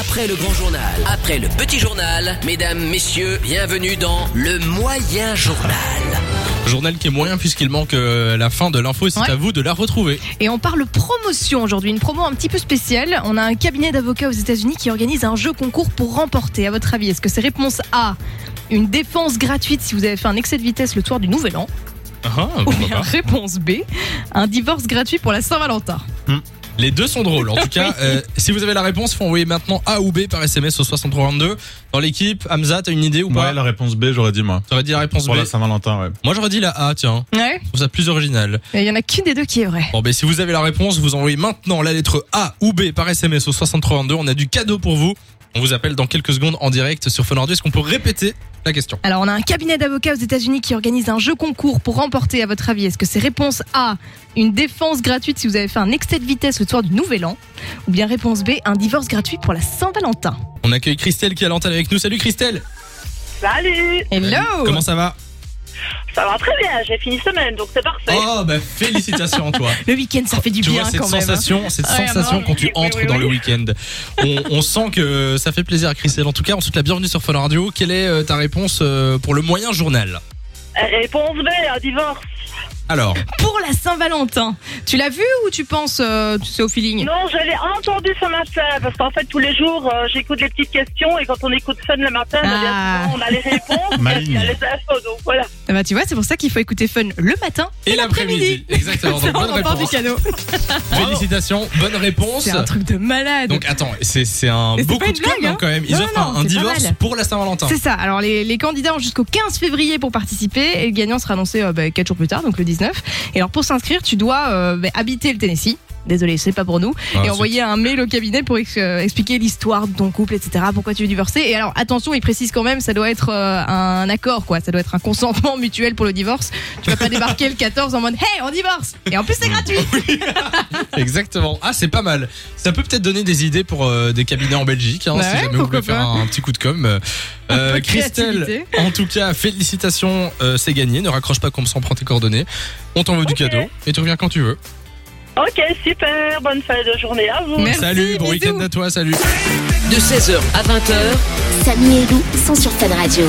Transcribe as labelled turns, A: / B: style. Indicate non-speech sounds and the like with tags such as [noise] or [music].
A: Après le grand journal, après le petit journal, mesdames, messieurs, bienvenue dans le moyen journal.
B: Journal qui est moyen puisqu'il manque euh, la fin de l'info et c'est
C: Ouais.
B: à vous de la retrouver.
C: Et on parle promotion aujourd'hui, une promo un petit peu spéciale. On a un cabinet d'avocats aux États-Unis qui organise un jeu concours pour remporter. À votre avis, est-ce que c'est réponse A une défense gratuite si vous avez fait un excès de vitesse le soir du Nouvel An
B: Ah,
C: Ou
B: pourquoi
C: bien
B: pas.
C: réponse B, un divorce gratuit pour la Saint-Valentin
B: Les deux sont
C: [laughs]
B: drôles. En tout cas, euh, si vous avez la réponse, faut envoyer maintenant A ou B par SMS au 6322. Dans l'équipe, Hamza, t'as une idée ou pas
D: Ouais, la réponse B, j'aurais dit moi.
B: T'aurais dit la réponse
D: Pour
B: B.
D: la Saint-Valentin, ouais.
B: Moi, j'aurais dit la A, tiens.
C: Ouais,
B: Je trouve ça plus original.
C: il y en a qu'une des deux qui est vraie.
B: Bon, ben, si vous avez la réponse, vous envoyez maintenant la lettre A ou B par SMS au 6322. On a du cadeau pour vous. On vous appelle dans quelques secondes en direct sur Fun Radio. Est-ce qu'on peut répéter la question
C: Alors, on a un cabinet d'avocats aux États-Unis qui organise un jeu concours pour remporter. À votre avis, est-ce que c'est réponse A une défense gratuite si vous avez fait un excès de vitesse le soir du Nouvel An Ou bien réponse B, un divorce gratuit pour la Saint-Valentin
B: On accueille Christelle qui est à l'antenne avec nous. Salut Christelle
E: Salut
C: Hello
B: Comment ça va
E: Ça va très bien, j'ai fini semaine, donc c'est parfait.
B: Oh, bah félicitations toi
C: Le week-end, ça fait du
B: tu
C: bien
B: vois cette
C: quand même. hein.
B: sensation, cette
C: Ouais,
B: sensation
C: non.
B: quand tu
E: Oui,
B: entres
E: oui,
B: dans
E: oui.
B: le
C: [laughs]
B: week-end. On, on sent que ça fait plaisir à Christelle. En tout cas, on te souhaite la bienvenue sur Fun Radio. Quelle est euh, ta réponse euh, pour le moyen journal
E: Euh, Réponse B, un divorce.
B: Alors,
C: Pour la Saint-Valentin, tu l'as vu ou tu penses, euh, tu sais, au feeling
E: Non, je l'ai entendu ce matin, parce qu'en fait, tous les jours, euh, j'écoute les petites questions, et quand on écoute Fun le matin, bah, bien
C: Ah.
E: souvent, on a les réponses,
D: Ma
E: et il y a
D: ligne.
E: les infos, donc voilà.
C: Eh ben, Tu vois, c'est pour ça qu'il faut écouter Fun le matin
B: et l'après-midi. Exactement.
C: Ça, [laughs]
B: Donc, bonne
C: on en parle du
B: réponse.
C: cadeau.
B: Félicitations, bonne réponse.
C: C'est un truc de malade.
B: Donc attends, c'est c'est un
C: Et c'est
B: beaucoup
C: pas une
B: de clubs
C: blague, hein.
B: non, quand même. Ils
C: Non,
B: offrent
C: non,
B: un- un,
C: c'est pas
B: divorce
C: mal.
B: pour la Saint-Valentin.
C: C'est ça. Alors les, les candidats ont jusqu'au 15 février pour participer et le gagnant sera annoncé 4 jours plus tard, donc le 19. Et alors pour s'inscrire, tu dois euh, bah, habiter le Tennessee. Désolé, c'est pas pour nous.
B: Ah,
C: et envoyer un mail au cabinet pour ex- euh, expliquer l'histoire de ton couple, etc. Pourquoi tu veux divorcer. Et alors attention, il précise quand même, ça doit être euh, un accord, quoi. Ça doit être un consentement [laughs] mutuel pour le divorce. Tu vas pas débarquer le 14 en mode Hey, on divorce Et en plus, c'est gratuit
B: Exactement. Ah, c'est pas mal. Ça peut peut-être donner des idées pour euh, des cabinets en Belgique, hein,
C: Bah
B: si
C: ouais,
B: jamais vous voulez
C: pourquoi
B: faire
C: pas.
B: un, un petit coup de com. Euh, euh,
C: peu de
B: Christelle,
C: créativité.
B: en tout cas, félicitations, euh, c'est gagné. Ne raccroche pas comme ça, on prend tes coordonnées. On t'envoie
E: Ok.
B: du cadeau et tu reviens quand tu veux.
E: Ok, super, bonne fin de journée à vous.
C: Merci,
B: salut, bon
C: bisous.
B: week-end à toi, salut.
A: De 16h à 20h,
F: Samy et Lou sont sur Fan Radio.